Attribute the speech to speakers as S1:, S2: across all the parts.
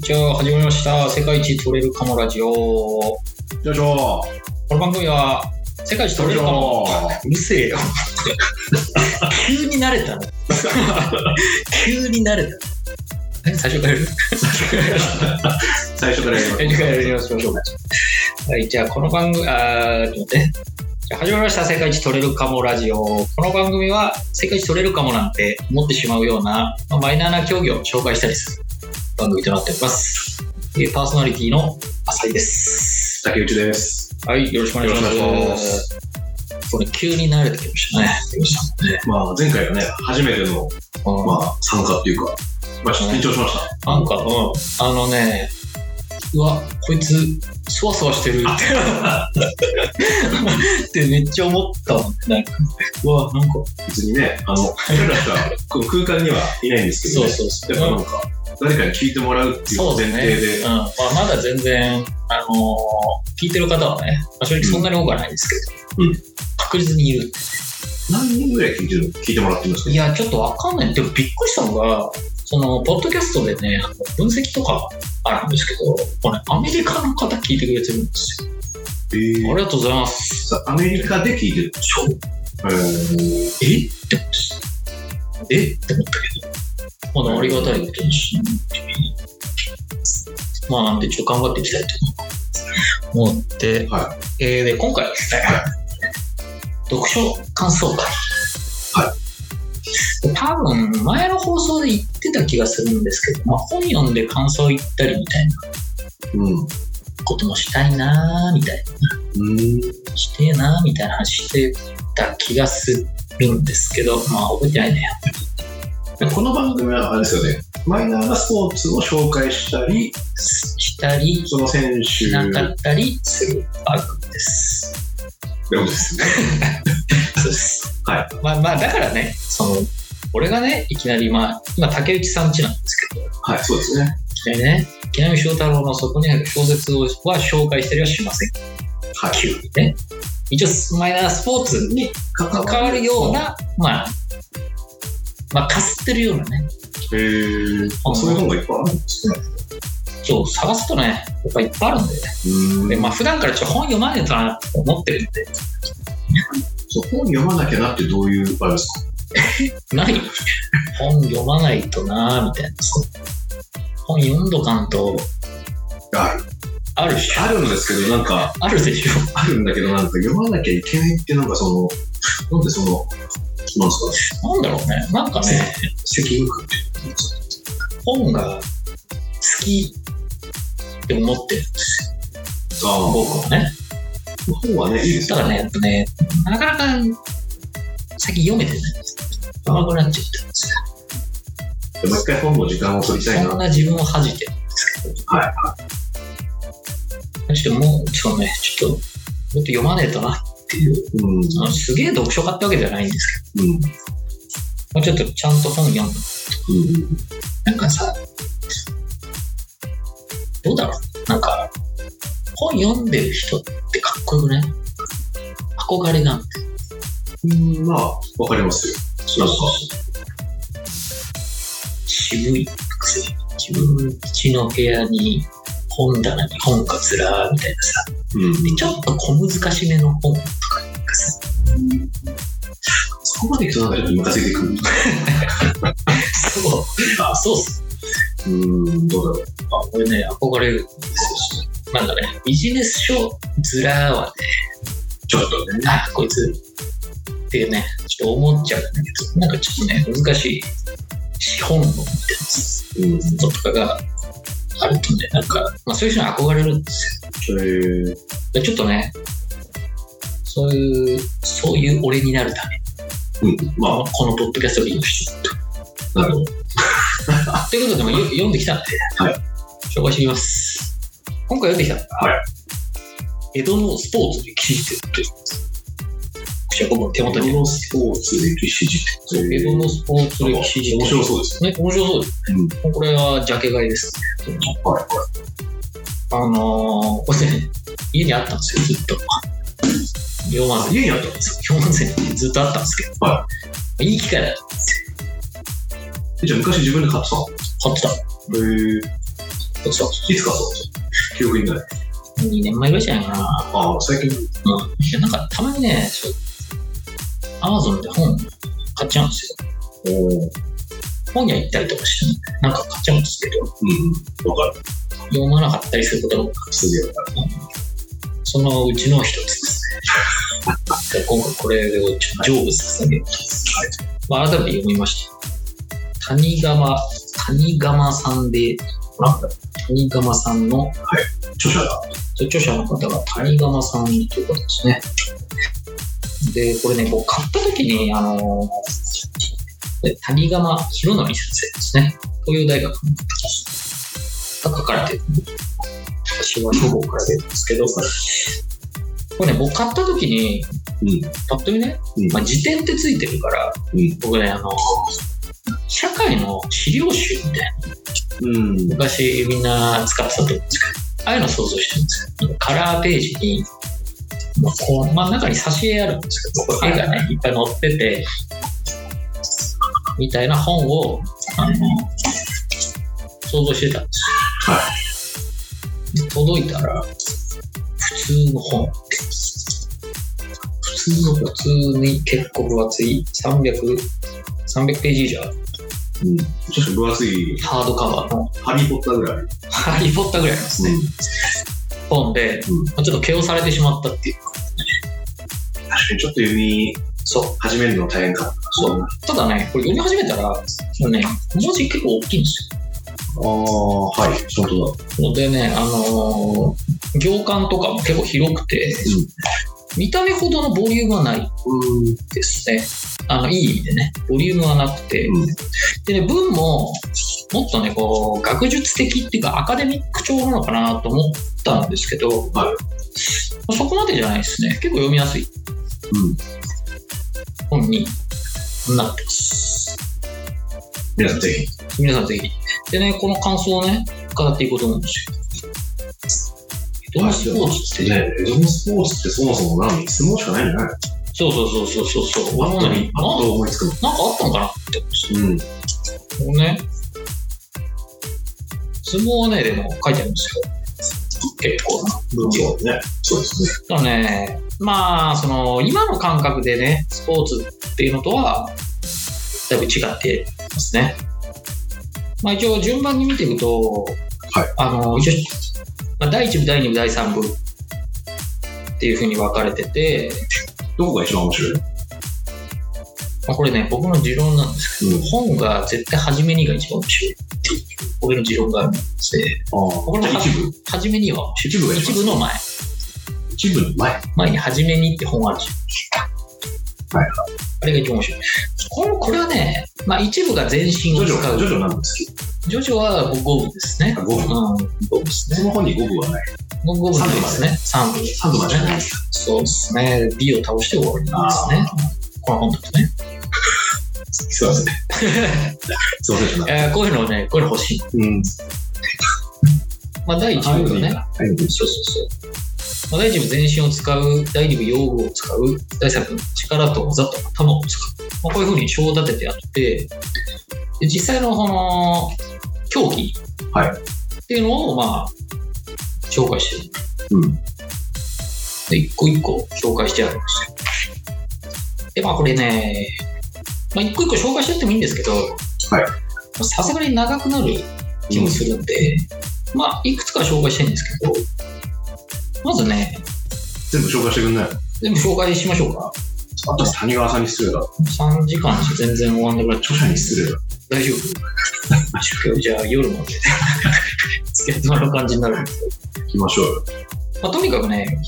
S1: じゃあ始まりました「世界一取れるかもラジオ」こ
S2: よいしょ
S1: の番組は「世界一取れるかも」うるせえよ 急に慣れたの急に慣れたえ最初からやる
S2: 最初からやり
S1: 最初
S2: ま
S1: からやりましょうはいじゃあこの番組あーちょっと待ってじゃあ始まりました「世界一取れるかもラジオ」この番組は世界一取れるかもなんて思ってしまうような、まあ、マイナーな競技を紹介したりする番組となっておりますえーパーソナリティの浅井です
S2: 竹内です
S1: はい、よろしくお願いしま。
S2: よろしくお願いします
S1: これ急に慣れてきましたね。
S2: まあ前回はね初めての、ま
S1: ま
S2: あ、参加っていうか、まあ、ちょっと緊張しました
S1: あ、なんか、うん、あのね、うわ、こいつ、そわそわしてる って、ってめっちゃ思ったもんね。なんか、うわ、なんか、
S2: 別にねあの俺らがこの空間にはいないんですけど、
S1: そう
S2: ね、
S1: そうそう。
S2: やっぱなんか誰かに聞いてもらうっていう
S1: そう
S2: 前
S1: ですね。
S2: 提で
S1: うんまあ、まだ全然、あのー聞いてる方はね、まあ、正直そんなに多くはないですけど、
S2: うん
S1: 確実にいる。
S2: 何人ぐらい聞いてる聞いてもらってます
S1: い
S2: ね
S1: や、ちょっとわかんない。でもびっくりしたのが、その、ポッドキャストでね、あの分析とかあるんですけど、これ、アメリカの方聞いてくれてるんですよ。
S2: えー
S1: ありがとうございます。
S2: さアメリカで聞いてる
S1: そう
S2: えー
S1: えって思ってえって思ったけど、まだありがたいことですし、まあ、なんで、ちょっと頑張っていきたいと思って、
S2: は
S1: えー、で、今回はですね、読書感想会。
S2: は
S1: 多分、前の放送で言ってた気がするんですけど、まあ、本読んで感想言ったりみたいない
S2: うん
S1: こともしたいなーみたい
S2: うん
S1: な、してーなーみたいな話してた気がするんですけど、まあ、覚えてないね。
S2: でこの番組はあれですよねマイナーなスポーツを紹介したり
S1: したり、
S2: その選手
S1: しなかったりする番組です。
S2: そうですね
S1: そうです。
S2: はい。
S1: まあまあ、だからね、その、俺がね、いきなり、まあ、今、竹内さん家なんですけど、
S2: はいそうですね
S1: でね、池波正太郎のそこにある小説をは紹介したりはしません。
S2: はい
S1: 急にね。一応、マイナースポーツに関わるような、まあ、まあ、かすってるようなね、
S2: へえ
S1: あ
S2: そういう本がいっぱいあるんですね。
S1: そう、探すとね、やっぱいっぱいあるんで、
S2: うん
S1: でまあ、普段からちょっと本読まねえとなと思ってるんで、
S2: そう本読まなきゃなってどういう場合です
S1: ない本読まないとなーみたいな本読んどかんと
S2: かある
S1: あるでしょ
S2: あるんですけど、なんか、
S1: あるでしょ
S2: あるんだけど、なんか読まなきゃいけないって、なんかその、なんでその、なんです
S1: なんだろうねなんかね
S2: か、責務感って
S1: 本が好きって思ってる
S2: あ
S1: 僕はね
S2: あ、本はね、いいです
S1: だ
S2: よ
S1: からねやっぱねなかなか最近読めてないんです甘くなっちゃってるんです
S2: もう一回本の時間を取りたい
S1: よそん
S2: な。
S1: な自分を恥じてるんですけど
S2: はい
S1: いちょっともうちょっとねちょっともっと読まねえとなっていう
S2: うん。うん。
S1: そのすげえ読書家ってわけじゃないんですけど
S2: うん。
S1: もうちょっとちゃんと本読む。なんかさ、どうだろうなんか、本読んでる人ってかっこよくない憧れなんて。
S2: うん。まあ、わかりますよ。なんか、
S1: 渋い癖。自分家の部屋に本棚に本がずらーみたいなさ、
S2: うん。
S1: ちょっと小難しめの本とかがさ、
S2: そこまで行くとなんかちょっとムカついてくる。
S1: そう、あ、そうっす
S2: うん、どうだろ
S1: あこれね、憧れるんですよ。なんかね、ビジネス書ずらーはね、ちょっとね、あ、こいつっていうね、ちょっと思っちゃうんだけど、なんかちょっとね、難しい資本論みたいな
S2: う。うん。へ
S1: こととかがあるとね、なんか、まあ、そういう人に憧れるんです
S2: え。
S1: よ。でちょっとね、そういう、そういう俺になるため、
S2: うん。まあ、
S1: このポッドキャストを利用してると。
S2: なるほ
S1: ど。 ということで、もうよ読んできたんで、
S2: はい
S1: 紹介してきます。今回読んできたのが、
S2: は
S1: 江戸のスポーツに記事という。こちら僕の手
S2: 江
S1: 元
S2: 戸
S1: に。
S2: のスポーツ歴史辞典。
S1: 江戸のスポーツ歴史辞典
S2: 面白そうです。
S1: ね、面白そうですね。これはジャケ買いです。
S2: はい
S1: あのー、これね、家にあったんですよ、ずっと。読まずに。
S2: 家にあったん
S1: 読まずにずっとあったんですけど。。
S2: はい
S1: いい機会だ。
S2: えじゃあ昔自分で買ってたの
S1: 買ってた。
S2: へ
S1: そ
S2: え。
S1: うそう。
S2: いつかそう。記憶にない。
S1: 2年前ぐらいじゃないかな。
S2: ああ、最近、
S1: うん。いや、なんか、たまにね、そう。アマゾンで本買っちゃうんですよ。
S2: おー
S1: 本屋行ったりとかして、なんか買っちゃうんですけど、
S2: うん、わかる。
S1: 読まなかったりすることも、
S2: すげえわかる。
S1: そのうちの一つですね。で今回これをちょっと成仏させて、まあ、改めて読みました。谷釜、谷釜さんで、
S2: なんだ
S1: 谷釜さんの
S2: 著者が。
S1: 著者の方が谷釜さんという方ですね。で、これね、僕買った時に、あのー谷釜博則先生ですね。東洋大学の方が書かれてる。私は書房から出てるんですけど、これね、僕買った時に、
S2: うん。
S1: ぱっと見ね、
S2: うん
S1: まあ、辞典ってついてるから、
S2: うん
S1: 僕ね、あのー社会の資料集みたいな
S2: うん。
S1: 昔みんな使ってたと思うんですけどああいうの想像してるんですよカラーページに、まあこうまあ、中に挿絵あるんですけど絵がねいっぱい載っててみたいな本をあの想像してたんですよ、
S2: は
S1: で届いたら普通の本普通の普通に結構分厚い300 300ページ以上ある
S2: うん。ちょっと分厚い、
S1: ハードカバーの
S2: ハリー・ポッターぐらいある。
S1: 「ハリー・ポッター」ぐらいなんですね、本で、
S2: うん
S1: まあちょっと毛をされてしまったっていう
S2: 確かにちょっと読み
S1: そ
S2: 始めるの大変か。
S1: そう。うただねこれ読み始めたらもうね文字結構大きいんです
S2: ああ、はい。本当だ。
S1: よのでねあのー行間とかも結構広くて、
S2: うん
S1: 見た目ほどのボリュームはない
S2: うん。
S1: ですねあのいい意味でねボリュームはなくて、
S2: うん
S1: でね文ももっとねこう学術的っていうかアカデミック調なのかなと思ったんですけど、
S2: は
S1: そこまでじゃないですね結構読みやすい
S2: うん。
S1: 本になってます。
S2: 皆さんぜ
S1: 皆さんぜひ。でね、この感想をね、語っていこうと思うんですよ。
S2: ひ。
S1: どのスポーツって、
S2: ね、エドムスポーツってそもそも何相撲しかないんじゃない
S1: そうそうそうそうそうそう。俺もね、
S2: パ
S1: な
S2: ッと思いつくの。
S1: なんかあったのかなって思
S2: うん。
S1: うんですよね。相撲はね、でも書いてあるんですよ。結構な。
S2: 文章ね。そうです
S1: だからね、まあ、その、今の感覚でね、スポーツっていうのとは、だいぶ違ってますね。まあ一応、順番に見ていくと、
S2: はい
S1: あの、一応、まあ、第1部、第2部、第3部っていうふうに分かれてて、
S2: ね。どこが一番面白い
S1: まあ、これね、僕の持論なんですけど、
S2: うん
S1: 本が絶対初めにが一番面白いっていう、俺の持論があるんで、
S2: ああ。じゃあ一部
S1: 初めには、
S2: 一部が一
S1: 一部
S2: 番
S1: の前。
S2: 一部の前。
S1: 前に「はじめに」って本あるじゃん。
S2: はい
S1: あれが一番面白い。このこれはね、まあ、一部が全身
S2: ジ
S1: を
S2: ョジ
S1: 使
S2: ョ、ジョ
S1: う。
S2: ジョなんですけ
S1: ジョジョは五部ですね。
S2: ど。五
S1: うん
S2: 部。、
S1: 五部です
S2: そ
S1: ね。
S2: の本に五部はない。
S1: 五部ですね。三部。
S2: 三部までじゃない。
S1: そうですね。B を倒して終わりなんですね。この本だとね。
S2: すいません。すいませんでした。
S1: えーこういうのをね、こういうの欲しい。
S2: うん。
S1: まあ、第一部がね。
S2: はい。
S1: そうそうそう。まあ、第一部全身を使う、第二部用具を使う、第三部力と技と頭を使う。まあ、こういうふうに章立ててあって、で実際のこの競技
S2: はい
S1: っていうのをまあ紹介してる。
S2: うん。
S1: で、一個一個紹介してあるんですよ。で、まあこれね、まあ一個一個紹介してやってもいいんですけど、さすがに長くなる気もするんで、まあいくつか紹介したいんですけど、まずね、
S2: 全部紹介してくんない
S1: 全部紹介しましょうか。
S2: あとは谷川さんに失礼だ。
S1: 3時間しか全然終わんなくなっちゃ
S2: 著者に失礼だ。
S1: 大 丈夫じゃあ夜まで付き合ってもらう感じになるんですけ
S2: 行きましょうよ。
S1: ど、まあ、とにかくね、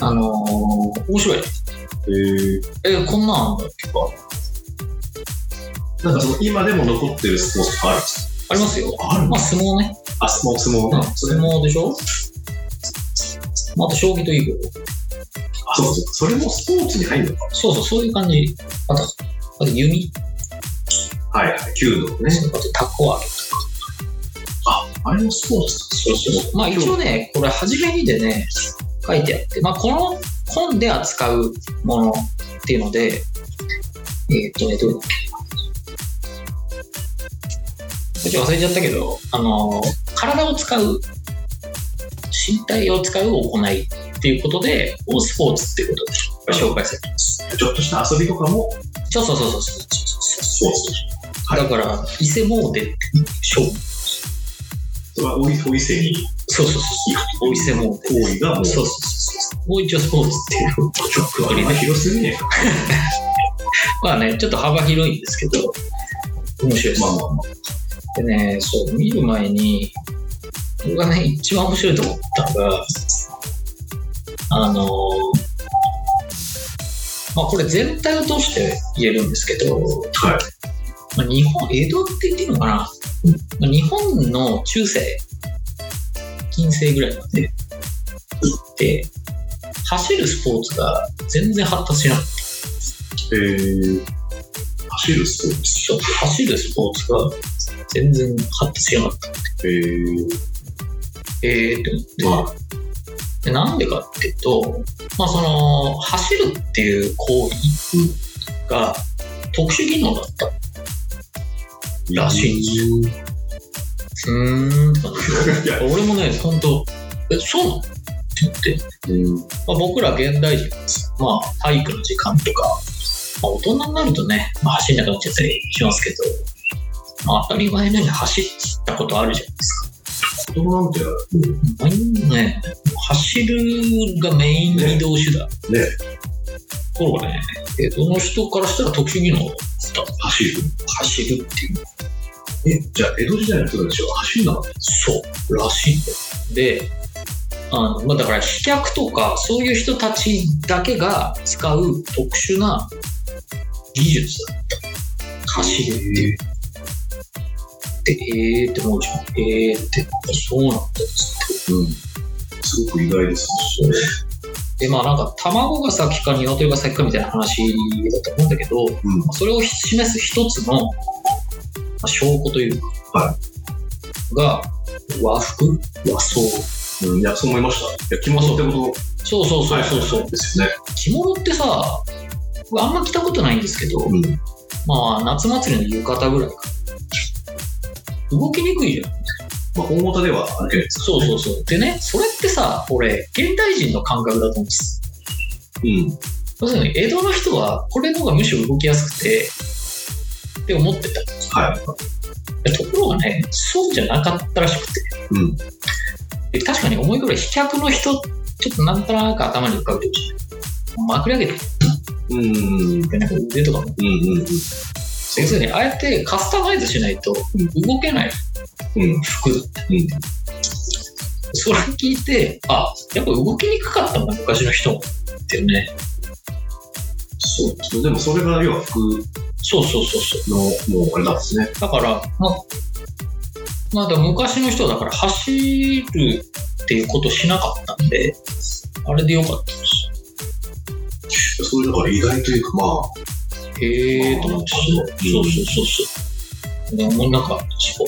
S1: あのー面白い。
S2: え
S1: え、こんなん
S2: ー、なんかその今でも残ってるスポーツとかある
S1: ありますよ。
S2: ある
S1: まあ相撲ね。
S2: あ、相撲、相撲ね。
S1: 相撲でしょまあ、あと将棋と囲碁。
S2: あ、そうそう。それもスポーツに入るのか。
S1: そうそう、そういう感じ。あと、あと弓
S2: はいはい。弓道ね。
S1: あとタコ揚げ。
S2: あれもスポーツ
S1: そうそう。まあ一応ね、これ初めにでね、書いてあって、まあこの本で扱うものっていうので、えーっとね、どうだっけ。ちょっと忘れちゃったけど、あのー体を使う身体を使う行いっていうことでをスポーツっていうことで紹介されてます。
S2: ちょっとした遊びとかも
S1: そうそうそうそうそうそう
S2: スポーツとしはい
S1: だから伊勢詣で勝負
S2: それはお伊お伊勢に
S1: そうそうそう
S2: 行く
S1: お伊勢詣で
S2: 行為がもう
S1: そうそうそうそうもう一応スポーツっていうくくり
S2: 幅
S1: で
S2: 広すぎね
S1: まあねちょっと幅広いんですけど面白いです、
S2: まあまあま
S1: でねそう見る前に僕がね一番面白いと思ったのがあのまあこれ全体を通して言えるんですけど、
S2: あはい
S1: まあ、日本江戸って言っていいのかな、まあ、日本の中世近世ぐらいまで行って走るスポーツが全然発達しなくて
S2: えー、走るスポー
S1: ちょっと走るスポーツが全然発達しなかった
S2: ツえー、
S1: えーって思って、
S2: まあ
S1: でなんでかっていうと、まあ、その走るっていう行為が特殊技能だったらしいう
S2: い
S1: ーんって感じ
S2: いや
S1: 俺もね本当えそうなのって言って、
S2: うん
S1: まあ、僕ら現代人ですまあ体育の時間とか、まあ、大人になるとね、まあ、走んなくなっちゃったりしますけど、まあ、当たり前のように走ったことあるじゃないですか
S2: 子供なんて
S1: まあね、走るがメイン移動手段。
S2: ねね
S1: ところがね、江戸の人からしたら特殊技能だった
S2: 走る
S1: 走るっていう。
S2: えじゃあ江戸時代の人たちは走んなかった
S1: そう。らしいんだよ。で、あのまあ、だから飛脚とか、そういう人たちだけが使う特殊な技術だった。走るっていう。で、えーって思うじゃん。えーって、そうなんだよ
S2: うんすごく意外ですね
S1: でまあなんか卵が先か鶏が先かみたいな話だと思うんだけど、ま
S2: うん
S1: あそれを示す一つのまあ証拠というか、
S2: は
S1: が和服和装
S2: うん、いや、そう思いました。いや、着物ってこ
S1: そうそう
S2: と、
S1: そうそうそう、
S2: はいですよね。
S1: 着物ってさ僕あんま着たことないんですけど、
S2: うん、
S1: まあ夏祭りの浴衣ぐらいか動きにくいじゃん
S2: まあ、大元ではあるけど、
S1: そうそうそうでねそれってさ俺現代人の感覚だと思うんです
S2: うん、
S1: 要するに江戸の人はこれの方がむしろ動きやすくてって思ってた
S2: はい、
S1: ところがねそうじゃなかったらしく
S2: うん、
S1: てで確かに思いぐらい飛脚の人ちょっとなんとなく頭に浮かべてほしいまくり上げて
S2: うん、うん、
S1: なんか腕とかも
S2: うん、うん、
S1: 要するにあえてカスタマイズしないと動けない
S2: うん、
S1: 服だったそれ聞いてあやっぱ動きにくかったんだ昔の人もっていうね
S2: そうですね。でも、それが要は服
S1: そうそうそうそう
S2: の、もうあれなんですね。
S1: だからまあまあだから昔の人はだから走るっていうことしなかったんであれでよかったです
S2: それだから意外というか、まあ、
S1: へえーと思って、そうそうそうそう。でもうなんか、そう。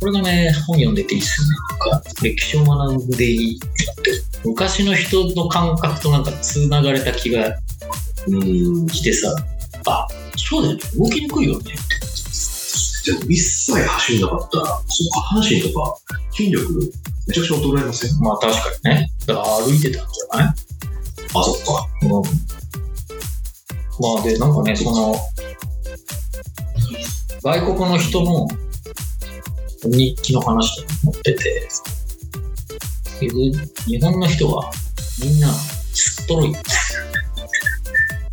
S1: これがね、本読んでていいっすよね。なんか、歴史を学んでいいってなってる昔の人の感覚となんかつながれた気が
S2: うん、
S1: してさ、あ、そうだよね、動きにくいよねって。
S2: でも一切走んなかったら、そう下半身とか筋力、めちゃくちゃ衰えません
S1: まあ確かにね。だから歩いてたんじゃない
S2: あ、そっか。
S1: うん。まあで、なんかね、その、外国の人の日記の話とか載ってて、え日本の人はみんなすっとろい。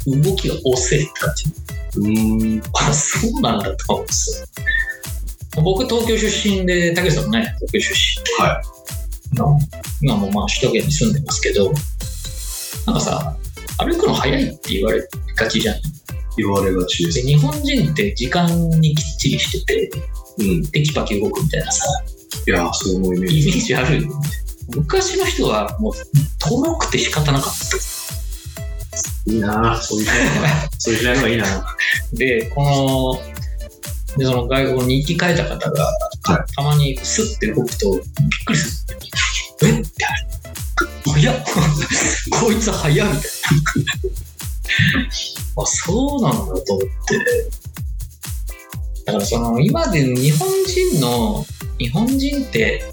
S1: 動きが遅いって感じ。
S2: うん、
S1: あ、そうなんだと思うんですよ。僕、東京出身で、たけしさんもね、東京出身
S2: は
S1: の今もまあ首都圏に住んでますけど、なんかさ、歩くの早いって言われがちじゃん。
S2: 言われがちで。
S1: です日本人って時間にきっちりしてて、
S2: うん、い
S1: テキパキ動くみたいなさ、
S2: や、そう思うイメー
S1: イメ
S2: ジ。
S1: ージあるよね。昔の人はもう、とろくて仕方なかった。
S2: いいなぁ、そういう時代の が、そういう時代のがいいなぁ。
S1: で、この、で、その外国に日記書いた方が、
S2: は
S1: たまにスッて動くと、びっくりする。えってあれ早っ こいつ早っみたい な。あ、そうなんだと思って。だからその、今で日本人の日本人って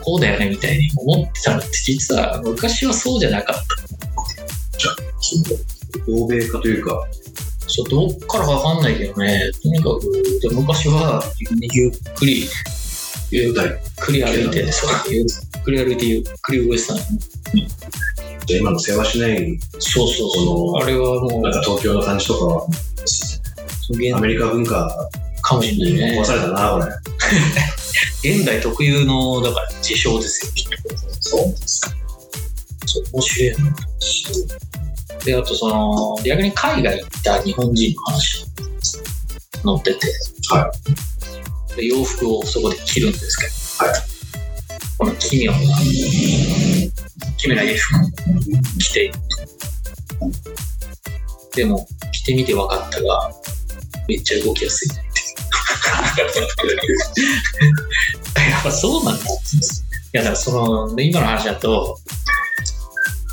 S1: こうだよねみたいに思ってたのって実は昔はそうじゃなかった
S2: その欧米化というか、
S1: ちょっとどっからかわかんないけどねとにかくで昔はゆっくりゆっ
S2: 代
S1: くり歩いてそうゆっくり歩いてゆっくり動いてたの
S2: じゃあ今の世話しない、
S1: そうそうそうあれはも
S2: なんか東京の感じとかは、
S1: う現
S2: アメリカ文化
S1: かもしれ
S2: に
S1: ないね
S2: 壊されたな、これ。
S1: 現代特有のだから事象ですよきっと
S2: そう。
S1: そう面白いなであとその逆に海外行った日本人の話載ってて、
S2: は
S1: で洋服をそこで着るんですけど、この奇妙な奇妙な衣服を着ていてでも着てみて分かったがめっちゃ動きやすいねっていう やっぱそうなんだいやだからそので今の話だと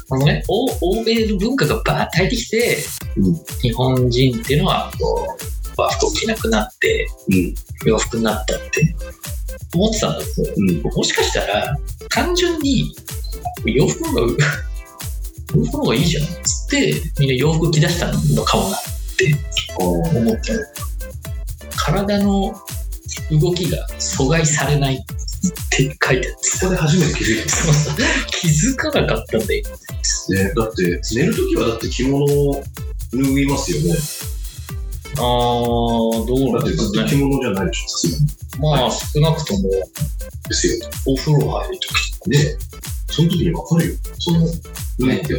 S1: このね、欧欧米の文化がバーッと入ってきて、
S2: うん
S1: 日本人っていうのはこう和服を着なくなって
S2: うん。
S1: 洋服になったって思ってたんだけど
S2: うん。
S1: もしかしたら単純に洋服の方が 洋服の方がいいじゃんっつってみんな洋服着だしたのかもな
S2: こう
S1: と思った体の動きが阻害されないって書いてあるんです
S2: そこで初めて気づいたんで
S1: そうそう 気づかなかったんだよ
S2: すね。だって、寝るときはだって着物を脱ぎますよね。
S1: あーどう
S2: だ
S1: な
S2: っ
S1: ん
S2: て
S1: です
S2: ず
S1: か
S2: っと
S1: ね
S2: 着物じゃないでしょ、さすがに
S1: まあ少なくとも
S2: ですよ。
S1: お風呂入ると
S2: で、その時にわかるよ。その、ね、やっぱ、
S1: き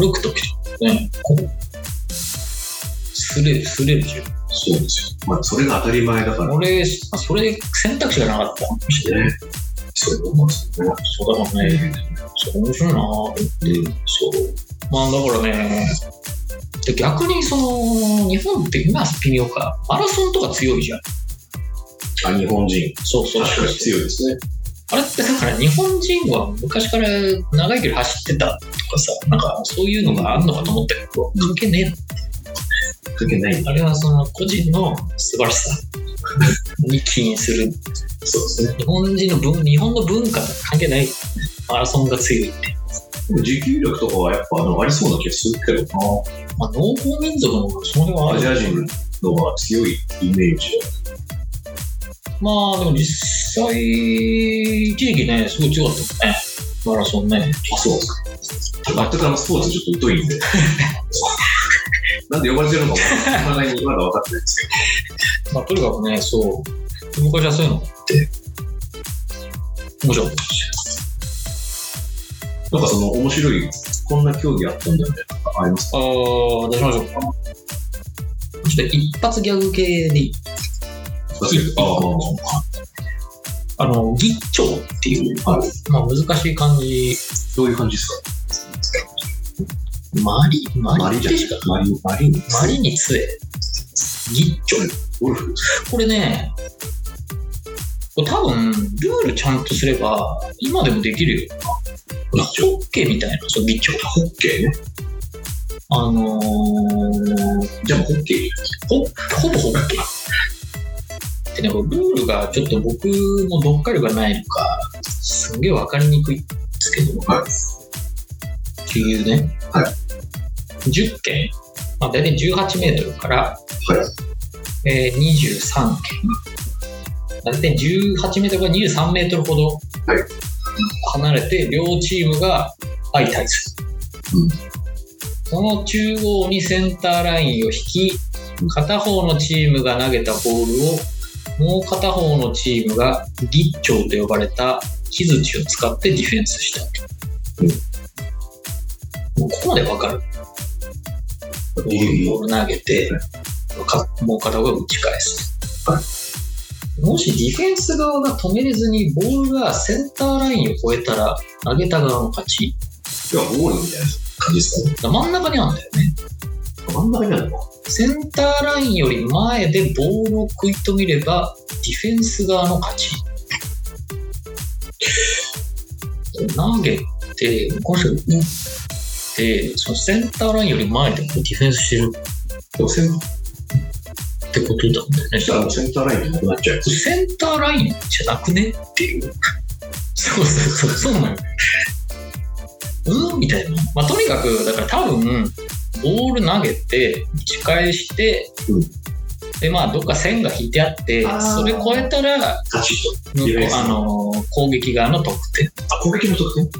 S1: 歩くときとかねこうすれるすれるじゃん
S2: そうですよ。まあ、それが当たり前だからね。
S1: 俺それ選択肢がなかったかもしれない
S2: そう思うんですよね。
S1: そうだからねそう面白いな
S2: うん。
S1: そうまあだからねで逆にその日本って今スピニオかマラソンとか強いじゃん
S2: あ、日本人。
S1: そうそう
S2: 確
S1: そう
S2: かに強いですね。
S1: あれってだから日本人は昔から長い距離走ってたとかさなんかそういうのがあんのかと思ったけど関係ねえな
S2: かけない。
S1: あれはその個人の素晴らしさに起因する
S2: そうですね。
S1: 日本人の文日本の文化と関係ないマラソンが強いって、
S2: でも持久力とかはやっぱあのありそうな気がするけどな。
S1: まあ、農耕民族のその辺はあ
S2: ア
S1: る
S2: ジア人のは強いイメージ
S1: まあでも実際一時期ねすごい強かったもんねマラソンね
S2: あ、そうですか。全くあのスポーツちょっと疎いんで。なんで呼ばれてるのかも、お互いにまだ分かってないんです
S1: まあとにかくねそう昔はそういうのがあって面白かったし
S2: けど、なんかその面白い、こんな競技あったんだよね。あります
S1: ああ出しましょうかちょっと一発ギャグ系でいい
S2: かバスケットああ、
S1: あのギッチョウっていう、まあ、難しい漢字
S2: どういう感じです
S1: マリ、
S2: か
S1: マリってしか、
S2: マリ、マリン。
S1: マリに杖、ギッチョ。
S2: ゴルフです
S1: これね、これ多分、ルールちゃんとすれば、今でもできるよな。ホッケーみたいな、そう、ギッチョ。
S2: ホッケーね。
S1: あのー、
S2: じゃあもうホッケー。
S1: ほ、ほぼホッケー。でね、これルールがちょっと僕の読解力がないのか、すんげえわかりにくいんですけど、
S2: はい。
S1: 給油ね、
S2: は
S1: 10件、まあ、大体18メートルから、
S2: は
S1: えー23件大体18メートルから23メートルほど
S2: はい
S1: 離れて両チームが相対する、
S2: うん
S1: その中央にセンターラインを引き片方のチームが投げたボールをもう片方のチームがギッチョウと呼ばれた木槌を使ってディフェンスしたもうここまでわかる。ボールを投げて、かもう片方が打ち返す。もしディフェンス側が止めれずにボールがセンターラインを越えたら投げた側の勝ち。
S2: 要はゴールみたいな感じですかね。
S1: だから真ん中にあるんだよね。
S2: 真ん中にあるのか。
S1: センターラインより前でボールを食い止めればディフェンス側の勝ち。投げて、この人打って、そのセンターラインより前でディフェンスしてる
S2: でもセン
S1: ってことだもんね。
S2: そしたらもうセンターラインじゃなくなっちゃうよ。
S1: センターラインじゃなくねっていう。そうそうそう、そうなのよ。うんみたいな。まあ、とにかく、だから多分、ボール投げて、打ち返して、
S2: うん
S1: で、まあ、どっか線が引いてあって、
S2: あー
S1: それ超えたら、
S2: ガチッ
S1: 向こ
S2: ディフェン
S1: う
S2: ス
S1: あの攻撃側の得点。
S2: と。あ、攻撃の得点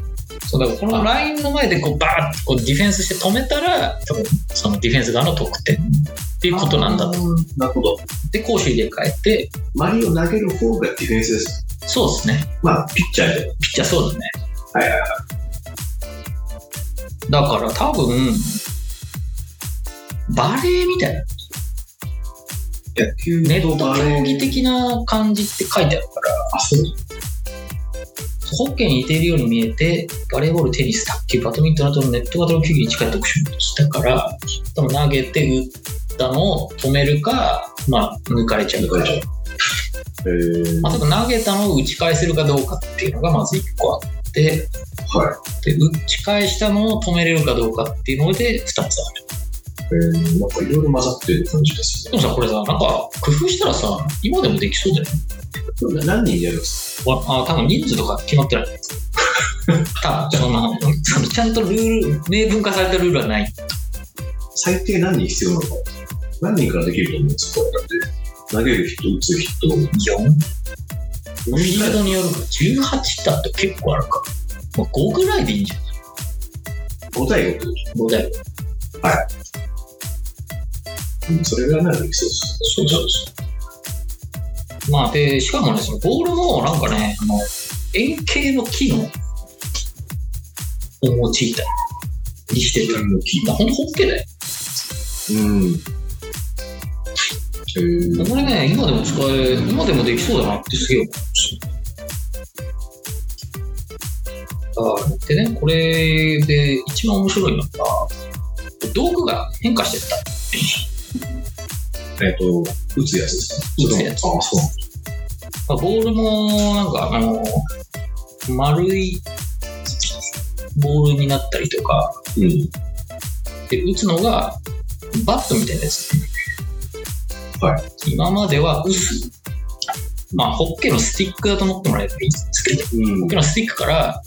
S1: そうだからこのラインの前でこうバーッとこうディフェンスして止めたら、多分そのディフェンス側の得点っていうことなんだと。。
S2: なるほど。
S1: で、攻守入れ替えて、
S2: マリを投げる方がディフェンスです。
S1: そうですね。
S2: まあ、ピッチャーで。
S1: ピッチャーそうだね。
S2: はいはい
S1: はい。だから多分、バレーみたいな、
S2: 野球
S1: ネット
S2: とバレー
S1: 競技的な感じって書いてあるから、
S2: あ、そう。
S1: ホッケーに似ているように見えて、バレーボール、テニス、卓球、バドミントンなどのネット型の球技に近い特殊なしたから、多分投げて打ったのを止めるか、まあ、抜かれちゃうか
S2: 抜かれちゃうえー、
S1: まあ、多分投げたのを打ち返せるかどうかっていうのがまず1個あって、
S2: は
S1: で打ち返したのを止めれるかどうかっていうので2つある
S2: い。えー、なんかいろいろ混ざってる感じですね。
S1: でもさこれさなんか工夫したらさ今でもできそうだよね
S2: な何人でやるんです
S1: わあ多分人数とか決まってない多分そんなそのちゃんとルール明文化されたルールはない
S2: か最低何人必要なのか。何人からできると思うんですかだって、投げる人、打つ人、
S1: 4
S2: フ
S1: フィールドによるか18だと結構あるか、まあ、5ぐらいでいいんじゃない
S2: 5対5と
S1: 5だよ
S2: うんそれぐらいならできそうです。
S1: そうそうそうまあでしかもねそのボールもなんかねあの円形の機能を用いたりしてる
S2: のキ
S1: まあ、ほんとホッケーだよ。
S2: うん。えー、
S1: これね、今でも使え、今でもできそうだなってすげえ思うし。あでね、これで一番面白いのが、道具が変化してった。
S2: えっ、と、打つやつですか
S1: 打つやつ
S2: それともあ、そう。
S1: まあ、ボールも、なんか、あの、丸いボールになったりとか、
S2: うん。
S1: で、打つのがバットみたいなやつ。。
S2: はい
S1: 今までは薄い。まあ、ホッケーのスティックだと思ってもらえばいいんですけど、
S2: うん
S1: 僕らスティックから、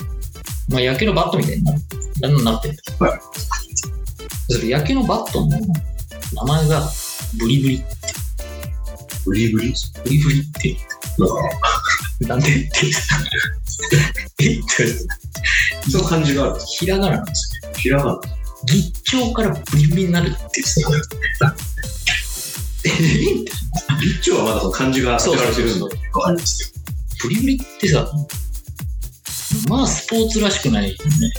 S1: まあ、野球のバットみたいになななってる、
S2: は
S1: それ野球のバットの名前がブリブリ
S2: ブリブリ
S1: ブリブリって
S2: なんか、
S1: なんでってえって
S2: その感じがあるんで
S1: ひらがななんですよ
S2: すひらがな。
S1: ギッチョウからブリブリになるっていうさえ
S2: ビッチョはまだその漢字が
S1: そうそう
S2: られてるので、わかりますよ。
S1: ブリブリってさまあスポーツらしくないよね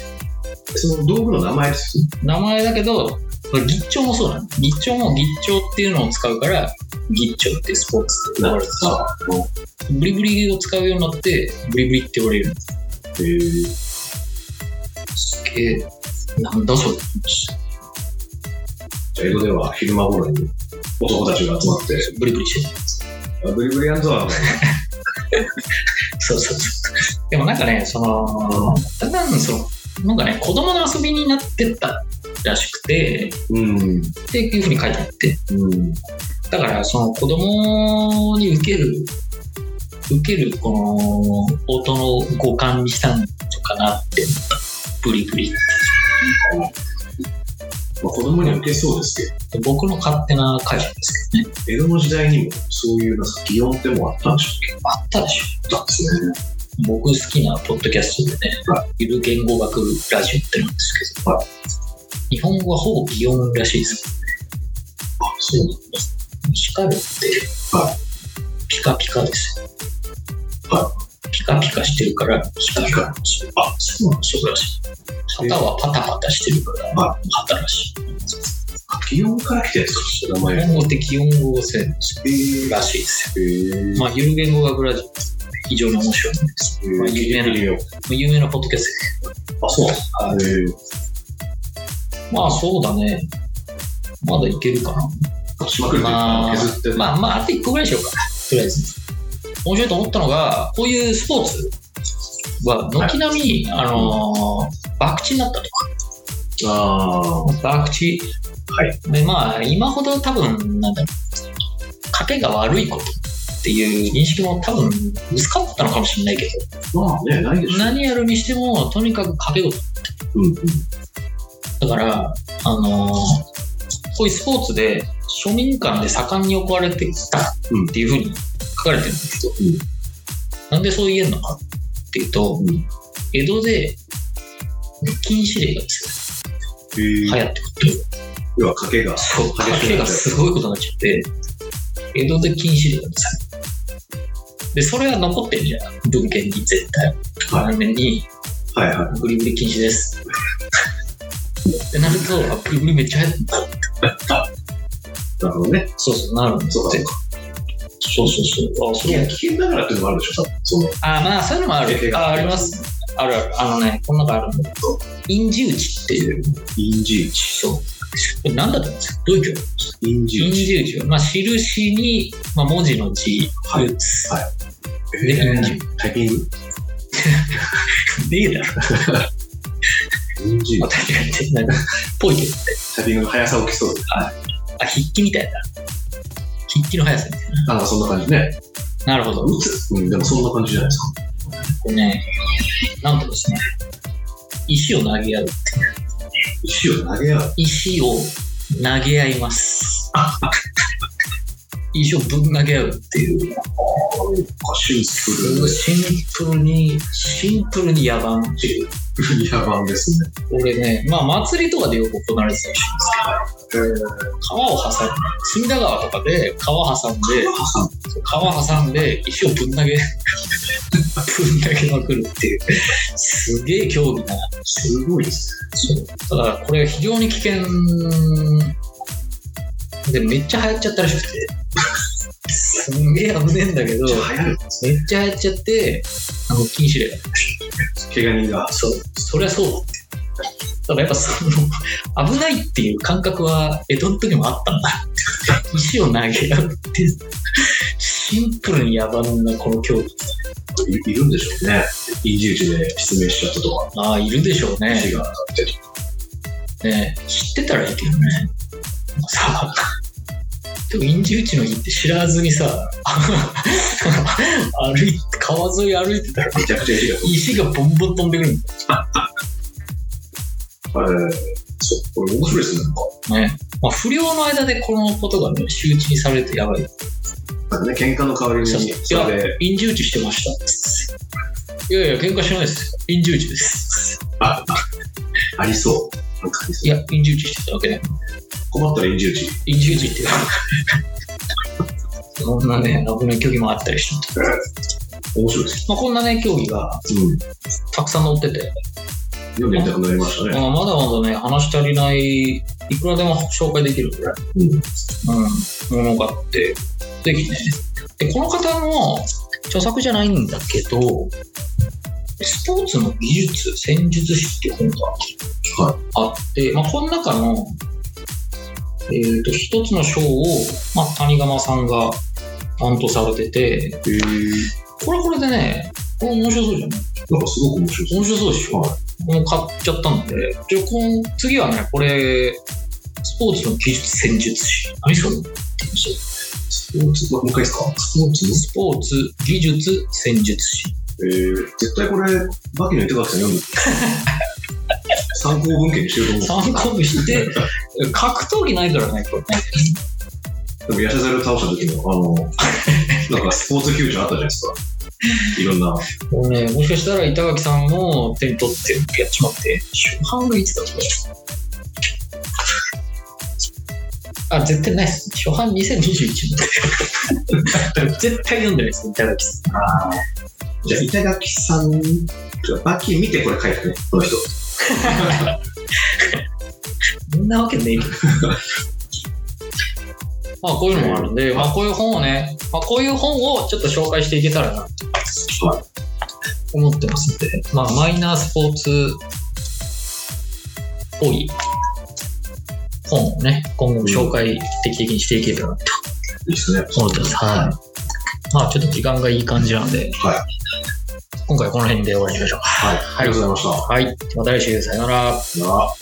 S2: その道具の名前ですよね。
S1: 名前だけどまあギッチョウもそうなのギッチョウもギッチョウっていうのを使うからギッチョウってスポーツって言われてさ
S2: あ、も
S1: ブリブリを使うようになって、ブリブリって言われるようにな
S2: うへー
S1: ってすげえ、なんだそれ。
S2: じゃあ英語では昼間頃に男たちが集まって、
S1: ブリブリしてる。
S2: あブリブリやんぞは、
S1: そうそうそう。でもなんかね、その、だんだんその、なんかね、子供の遊びになってったらしくて、
S2: うん、
S1: っていうふうに書いてあって、
S2: うん、
S1: だからその子供に受ける、受けるこの音の五感にしたのかなって、ブリブリ。
S2: まあ、子供には受けそうですけど、
S1: 僕の勝手な解釈ですけどね。
S2: 江戸の時代にもそういうなんか擬音ってもうあったんでしょ
S1: あったでしょ。
S2: うかですね。
S1: 僕好きなポッドキャストでね、、
S2: はい
S1: る言語学ラジオってのなんですけど、
S2: は
S1: 日本語はほぼ擬音らしいです。
S2: あ、そうなん
S1: 光るって、
S2: は
S1: ピカピカですよ。
S2: は
S1: ピカピカしてるから光る
S2: ピカ
S1: ですよ。
S2: あ、そうなん
S1: そうらしい。旗はパタパタしてるから、
S2: は
S1: 旗らしい。
S2: 擬音から来てるんですか名
S1: 日
S2: 前。
S1: 本語って擬音語をせん
S2: えー、
S1: らしいです
S2: え
S1: よ。まあ、ゆる言語学ラジオって非常に面白いんです。
S2: ー、
S1: まあ、有名な、
S2: よ。
S1: 有名なポッドキャストです
S2: あ、そうなんですね。
S1: まあそうだね。まだいけるかな。
S2: えー、しまくるという
S1: まあ
S2: か、削って、
S1: まあまあ、あと1個ぐらいしようか。とりあえず。面白いと思ったのが、こういうスポーツは軒並み、あのー、博打になったと
S2: あー、
S1: か。博打。
S2: はい。
S1: で、まあ、今ほど多分、なんだろう。賭けが悪いことっていう認識も多分薄かったのかもしれないけ
S2: まあね、ないでし
S1: ど、
S2: ょ。
S1: 何やるにしても、とにかく賭け事。
S2: うんうん。
S1: だから、あのーこういうスポーツで庶民間で盛んに行われてきたっていうふうに書かれてるんですけど、
S2: うん
S1: なんでそう言えるのかっていうと、
S2: うん
S1: 江戸で禁止令がです
S2: へえ
S1: ね、流行ってくると。
S2: 要は賭けが。
S1: そう、
S2: 掛
S1: 賭けがすごいことになっちゃって、江戸で禁止令がですね。で、それは残ってんじゃん、文献に絶対。
S2: は
S1: 来年に、
S2: はいはい。
S1: ブリブリ禁止です。ってなると、あブリブリめっちゃ流行ってんだ
S2: なるほどね。
S1: そうそう、なるんです
S2: そうかそう
S1: そうそうそう。あ、そ
S2: いや、
S1: う
S2: 危険だからっていうのもあるでしょ、多分。その。
S1: あ、まあ、そういうのもある。あ、あります。。あるある。あのね、この中あるんだけど、印字打ちっていう、
S2: 臨時打ち。
S1: そう。これ何だったんですかどういう教養
S2: 臨時打
S1: 印
S2: ち。
S1: 字打ちは、まあ、印に、まあ、文字の字、
S2: はい
S1: 打つ。
S2: え
S1: で、印字
S2: ータイピング
S1: でいいだろ。
S2: 臨時
S1: ま
S2: 打
S1: あ
S2: ち。
S1: 確かに、なんか、ぽいけどね。
S2: タイピングの速さを競う。
S1: あ、筆記みたいな。筆記の速さみたいな。
S2: なんかそんな感じね。
S1: なるほど。
S2: 打つ。うん、でもそんな感じじゃないですか。
S1: これね、なんとですね、石を投げ合う。
S2: 石を投げ合う。
S1: 石を投げ合います。 石をぶん投げ合うっていう、
S2: シン
S1: す
S2: プ
S1: ごいシンプルに、シンプルに野蛮っていう。
S2: ル。野蛮ですね。
S1: 俺ね、まあ祭りとかでよく行われてたりしますけど、川を挟んで、隅田川とかで川挟んで、川挟んで石をぶん投げ、ぶん投げまくるっていう、すげえ競技な。
S2: すごいですね。
S1: そうただこれ非常に危険でめっちゃ流行っちゃったらしくてすんげえ危ねえんだけど
S2: じゃあ流行るんですね。
S1: めっちゃ流行っちゃってあの禁止令が
S2: 怪我人が。
S1: そうそりゃそうだってただやっぱその危ないっていう感覚は江戸の時もあったんだ って石を投げ合うっていうシンプルに野蛮なこの競技
S2: いいるんでしょうね。臨時打ちで失明しちゃったとか、
S1: ああいるでしょうね
S2: 石が当たってとか。
S1: ね知ってたらいいけどね。まあさでも、臨時打ちの日って知らずにさ、 歩い川沿い歩いてたら、
S2: めちゃくちゃ石が
S1: 石がボンボン飛んでくるんだ
S2: あれ、そう、これ面白いですね、なんか。
S1: よね。まあ、不良の間でこのことがね、周知にされてやばい。
S2: なんかね、喧嘩の代わりに、
S1: そう
S2: それで、
S1: 臨時打ちしてました。いやいや、喧嘩してないです。臨時打ちです。
S2: あ、あありそう。なんかありそう
S1: いや、臨時打ちしてたわけね。
S2: 困ったら臨時打ち。
S1: 臨時打ちっていう。そんなね、危ない競技もあったりして。
S2: 面白いです。
S1: まあ、こんなね、競技が
S2: うん。
S1: たくさん載ってて、
S2: 読んでみたくなりましたね。
S1: まあ、まだまだね、話し足りない、いくらでも紹介できるぐらい、
S2: うん。
S1: うん、ものがあって、ぜひね。で、この方も著作じゃないんだけど、スポーツの技術、戦術史っていう本があって、まあ、この中の、えー、と一つの章を、まあ、谷釜さんが担当されてて、
S2: へえ
S1: これはこれでね、これ面白そうじゃない
S2: なんかすごく面白いです。
S1: 面白そうでしょ、
S2: は
S1: もう買っちゃったんで、じゃあこの次はね、これ、スポーツの技術戦術史。何それ
S2: スポーツ、まもう一回いいですかスポーツ
S1: スポーツ技術戦術史。
S2: えー、絶対これ、バキの豊垣さん読んでる参考文献にしよう と思う。
S1: 参考にして、格闘技ないからね、これね。
S2: でも、ヤシャザル倒した時の、あ の、なんかスポーツフューチャーあったじゃないですか。いろんな。
S1: もうね、もしかしたら板垣さんも手に取ってやっちまって、初版がいつだっけあ、絶対ないっす。初版2021年。絶対読んでないっす、板垣さん。
S2: ああ。じゃあ、板垣さん、バキ見てこれ書いてね、この人。
S1: そんなわけねえけど。 まあこういうのもあるんで、まあこういう本をね、まあこういう本をちょっと紹介していけたらなと
S2: はい
S1: 思ってますんで、まあマイナースポーツっぽい本をね、今後も紹介定期的にしていけたらなと
S2: いいですね。
S1: 思ってます。はい。まあちょっと時間がいい感じなんで、
S2: はい
S1: 今回はこの辺で終わりにしましょう。
S2: はい。ありがとうございました。
S1: はい。また来週、さよなら。
S2: なあ